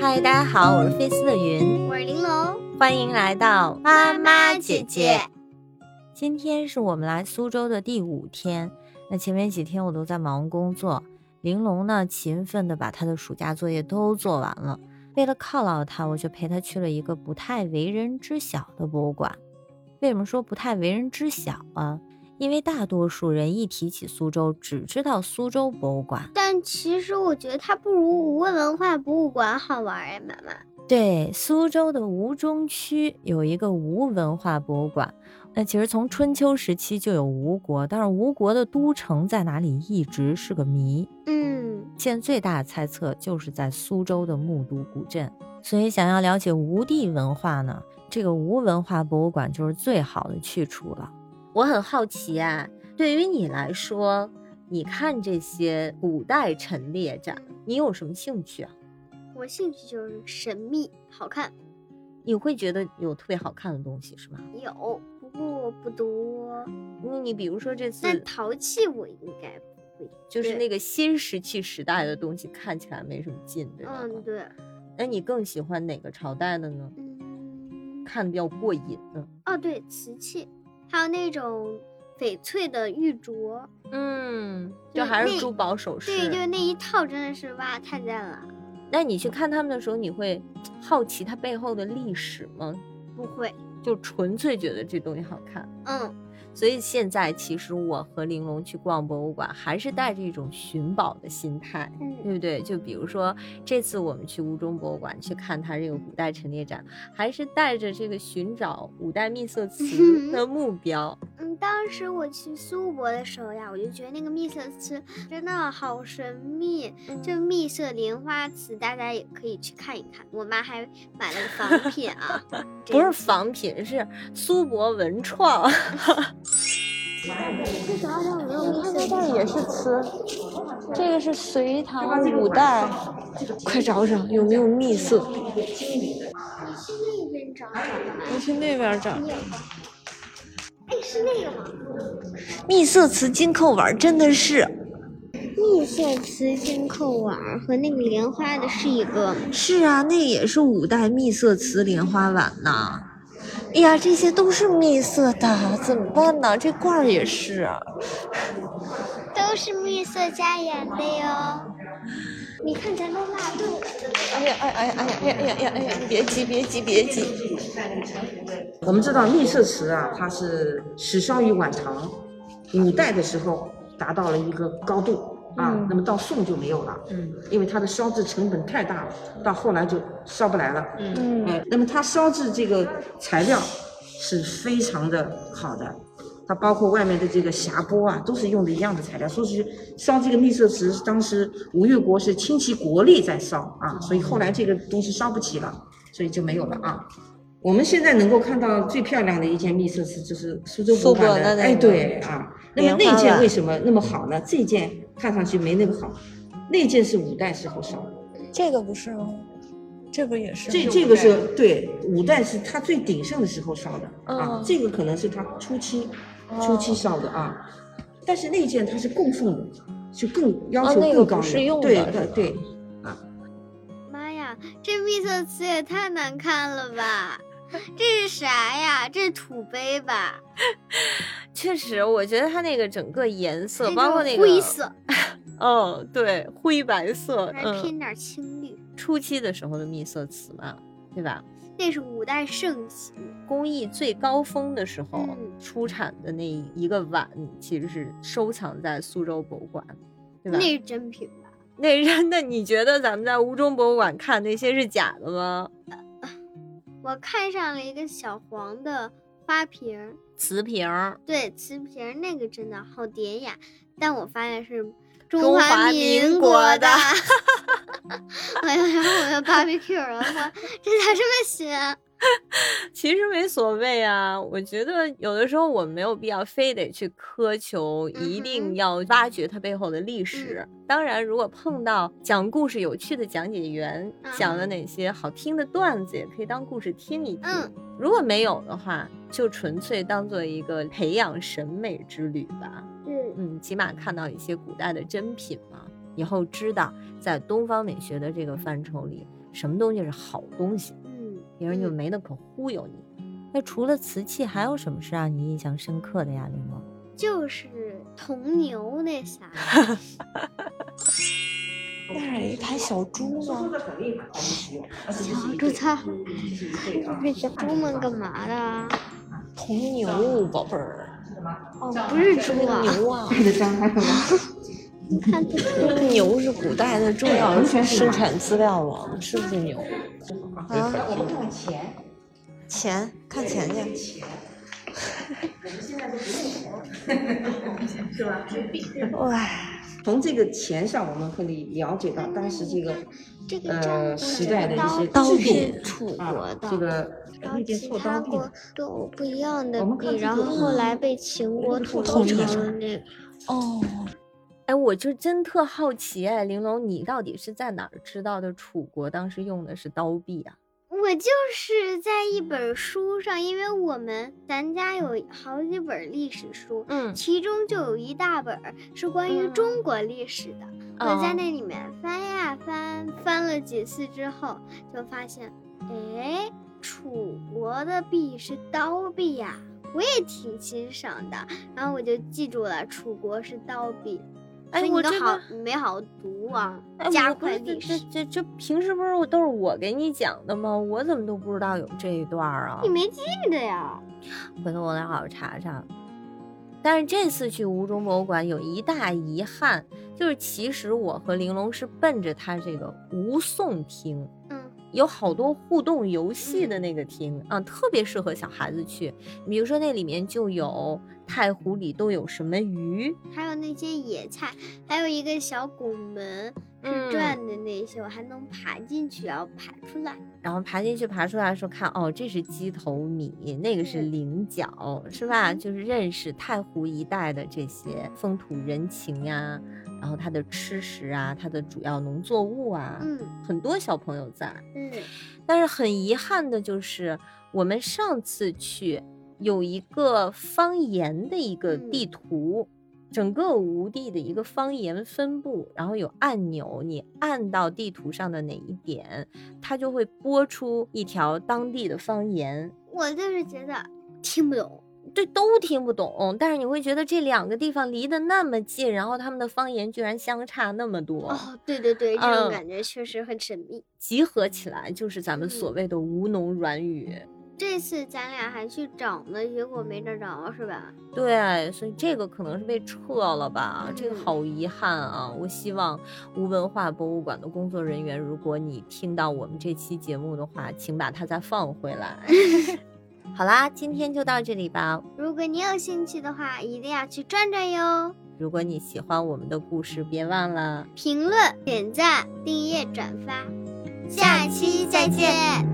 嗨，大家好，我是菲斯的云，我是玲珑欢迎来到妈妈姐姐。今天是我们来苏州的第五天，那前面几天我都在忙工作，玲珑呢勤奋的把她的暑假作业都做完了。为了犒劳她，我就陪她去了一个不太为人知晓的博物馆。为什么说不太为人知晓啊？因为大多数人一提起苏州，只知道苏州博物馆。但其实我觉得它不如吴哥文化博物馆好玩哎，妈妈。对，苏州的吴中区有一个吴文化博物馆。那其实从春秋时期就有吴国，但是吴国的都城在哪里一直是个谜。嗯，现在最大的猜测就是在苏州的木渎古镇。所以想要了解吴地文化呢，这个吴文化博物馆就是最好的去处了。我很好奇啊，对于你来说，你看这些古代陈列展，你有什么兴趣啊？我兴趣就是神秘、好看，你会觉得有特别好看的东西是吗？有，不过不多。那你比如说这次但陶器我应该不会。就是对那个新石器时代的东西看起来没什么劲，对吧？嗯，对，那你更喜欢哪个朝代的呢？嗯，看的比较过瘾呢？哦，对，瓷器，还有那种翡翠的玉镯，嗯，就就还是那珠宝首饰。对，就那一套真的是哇，太赞了。那你去看他们的时候，你会好奇它背后的历史吗？不会，就纯粹觉得这东西好看。嗯，所以现在其实我和玲珑去逛博物馆，还是带着一种寻宝的心态，嗯对不对？就比如说这次我们去吴中博物馆去看它这个古代陈列展，还是带着这个寻找五代秘色瓷的目标。嗯，当时我去苏博的时候呀，我就觉得那个秘色瓷真的好神秘，嗯这秘色莲花瓷大家也可以去看一看。我妈还买了个仿品啊，这不是仿品，是苏博文创。这袋也是瓷，这个是隋唐五代，快找找有没有秘色。是那边找找的吗？我去那边找 哎，是那个吗？秘色瓷金扣碗，真的是秘色瓷金扣碗和那个莲花的是一个吗？是啊，那也是五代秘色瓷莲花碗呐。哎呀，这些都是秘色的，怎么办呢？这罐儿也是，啊都是秘色加盐的哟。你看咱都辣炖了，哎呀，哎呀哎呀，哎呀，哎呀，哎呀，哎呀，你别急，别急，别急。我们知道秘色瓷啊，它是始效于晚唐，五代的时候达到了一个高度啊，那么到宋就没有了，嗯，因为它的烧制成本太大了，到后来就烧不来了，嗯，哎，那么它烧制这个材料是非常的好的。它包括外面的这个匣钵啊，都是用的一样的材料。说是烧这个秘色瓷，当时吴越国是倾其国力在烧啊，所以后来这个东西烧不起了，所以就没有了啊。我们现在能够看到最漂亮的一件密色瓷，就是苏州博苏物博馆那的。个哎，对啊，那么莲那花碗件为什么那么好呢？这件看上去没那个好，那件是五代时候烧的，这个不是吗？这不也是吗？这这个是对五代是它最鼎盛的时候烧的啊嗯，哦这个可能是它初期初期烧的啊，但是那件它是供奉的，就更要哦求那个更高不了，是用的对是吧对对。妈呀，这秘色瓷也太难看了吧！ 这是啥呀？这是土杯吧？确实，我觉得它那个整个颜色，这包就括是那个灰，色，哦，对，灰白色，还嗯，偏点青绿，初期的时候的秘色瓷嘛，对吧？那是五代盛期。工艺最高峰的时候嗯出产的那一个碗，其实是收藏在苏州博物馆，对吧？那是真品吧？那 真的，你觉得咱们在吴中博物馆看那些是假的吗？我看上了一个小黄的花瓶儿，瓷瓶儿，对，瓷瓶儿那个真的好典雅，但我发现是中中华民民国国的 哎呀，然后我又 barbecue 了，我这咋这么写？其实没所谓啊。我觉得有的时候我没有必要非得去苛求，一嗯定哼嗯要挖掘它背后的历史。当然，如果碰到讲故事有趣的讲解员，嗯讲了哪些好听的段子，也可以当故事听一听。嗯如果没有的话，就纯粹当做一个培养审美之旅吧。嗯，嗯，起码看到一些古代的珍品嘛，以后知道在东方美学的这个范畴里，什么东西是好东西，嗯，别人就嗯没得可忽悠你。那除了瓷器，还有什么是让你印象深刻的呀，玲珑？就是铜牛那 啥，那儿有一盘小猪收呢，的很厉害，好实用。而且小是一猪对它就是一对啊这小猪们干嘛的啊？铜牛宝贝儿，哦，不是猪啊，牛 啊，看得上还很看 不出来牛是古代的重要生产资料了，是不是牛？啊，我们看钱，钱，看钱去。 我们现在都不用钱，是吧？哇，从这个钱上，我们可以了解到当时这个这个呃战时国代的一些刀刀制是片楚度啊国，这的。个然后历届其错他当地国的，都不一样的我们看币，这然个啊后后来被秦国吐槽统一了成那个哦，哎，我就真特好奇哎，玲珑，你到底是在哪儿知道的楚国当时用的是刀币啊？我就是在一本书上，因为我们咱家有好几本历史书，嗯，其中就有一大本儿是关于嗯中国历史的。嗯我就在那里面翻呀翻，翻了几次之后，就发现，哎，楚国的币是刀币呀、我也挺欣赏的。然后我就记住了，楚国是刀币。哎所以我你都这好个，你没好好读啊，哎，加我不快是这历这史。这这平时不是我都是我给你讲的吗？我怎么都不知道有这一段儿啊你？没记得呀？回头我得好好查查。但是这次去吴中博物馆有一大遗憾，就是其实我和玲珑是奔着它这个吴宋厅，嗯，有好多互动游戏的那个厅啊，特别适合小孩子去。比如说那里面就有太湖里都有什么鱼，还有那些野菜，还有一个小拱门是嗯转的那些，我还能爬进去，然后爬出来。然后爬进嗯去爬出来的时候看，哦，这是鸡头米，那个是嗯菱角，是吧？嗯就是认识太湖一带的这些风土人情呀，然后它的吃食啊，它的主要农作物啊，嗯很多小朋友在。嗯，但是很遗憾的就是，我们上次去有一个方言的一个地嗯图，整个吴地的一个方言分布，然后有按钮，你按到地图上的哪一点，它就会播出一条当地的方言。我就是觉得听不懂。这都听不懂，但是你会觉得这两个地方离得那么近，然后他们的方言居然相差那么多。哦，对对对，这种嗯感觉确实很神秘。集合起来就是咱们所嗯谓的吴侬软语。这次咱俩还去找呢，结果没找着，是吧？对，所以这个可能是被撤了吧，这个嗯好遗憾啊！我希望无文化博物馆的工作人员，如果你听到我们这期节目的话，请把它再放回来。好啦，今天就到这里吧。如果你有兴趣的话，一定要去转转哟！如果你喜欢我们的故事，别忘了评论、点赞、订阅、转发，下期再见。